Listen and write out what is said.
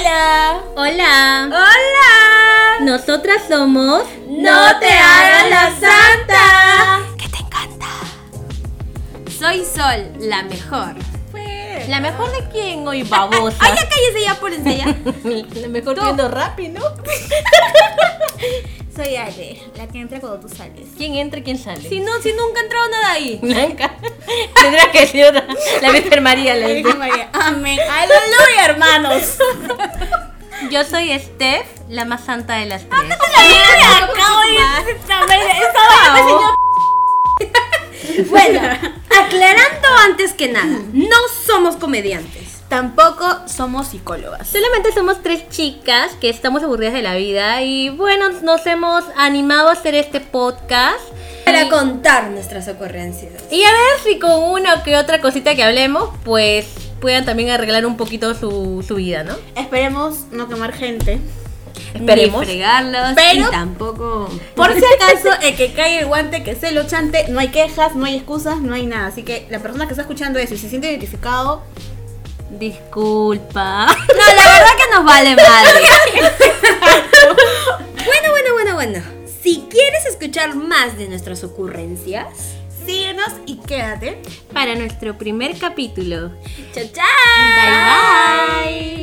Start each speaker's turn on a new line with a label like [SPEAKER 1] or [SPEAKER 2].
[SPEAKER 1] Hola.
[SPEAKER 2] Hola,
[SPEAKER 1] Hola.
[SPEAKER 2] nosotras somos.
[SPEAKER 1] No te hagas la santa.
[SPEAKER 2] que te encanta.
[SPEAKER 1] Soy Sol, la mejor.
[SPEAKER 3] Pues.
[SPEAKER 1] ¿La mejor de quién hoy, babosa?
[SPEAKER 2] Ay, ya cállese ya, pórense ya.
[SPEAKER 3] La mejor
[SPEAKER 1] Tú.
[SPEAKER 3] viendo Rappi, ¿no?
[SPEAKER 2] Soy Ale, la que entra cuando tú sales.
[SPEAKER 1] ¿Quién entra, quién sale?
[SPEAKER 2] Si no, si nunca ha entrado nada ahí.
[SPEAKER 1] Blanca. Tendrás que decir otra. La Virgen María la dice.
[SPEAKER 2] María. Amén. Aleluya, hermanos.
[SPEAKER 1] Yo soy Steph, la más santa de las tres.
[SPEAKER 2] Acabo de este Bueno, aclarando antes que nada, no somos comediantes.
[SPEAKER 3] Tampoco somos psicólogas.
[SPEAKER 1] Solamente somos tres chicas que estamos aburridas de la vida y bueno, nos hemos animado a hacer este podcast.
[SPEAKER 2] Para contar nuestras ocurrencias.
[SPEAKER 1] Y a ver si con una que otra cosita que hablemos, pues puedan también arreglar un poquito su, su vida, ¿no?
[SPEAKER 3] Esperemos no quemar gente.
[SPEAKER 1] Esperemos.
[SPEAKER 2] Ni fregarlos,
[SPEAKER 3] Pero-
[SPEAKER 2] y tampoco.
[SPEAKER 3] Por si acaso, el que cae el guante, que se lo chante, no hay quejas, no hay excusas, no hay nada. Así que la persona que está escuchando eso y se siente identificado,
[SPEAKER 1] Disculpa.
[SPEAKER 2] No, la verdad que nos vale madre. bueno, bueno, bueno, bueno. Si quieres escuchar más de nuestras ocurrencias,
[SPEAKER 3] síguenos y quédate.
[SPEAKER 1] Para nuestro primer capítulo.
[SPEAKER 2] chao, chao.
[SPEAKER 1] bye. bye.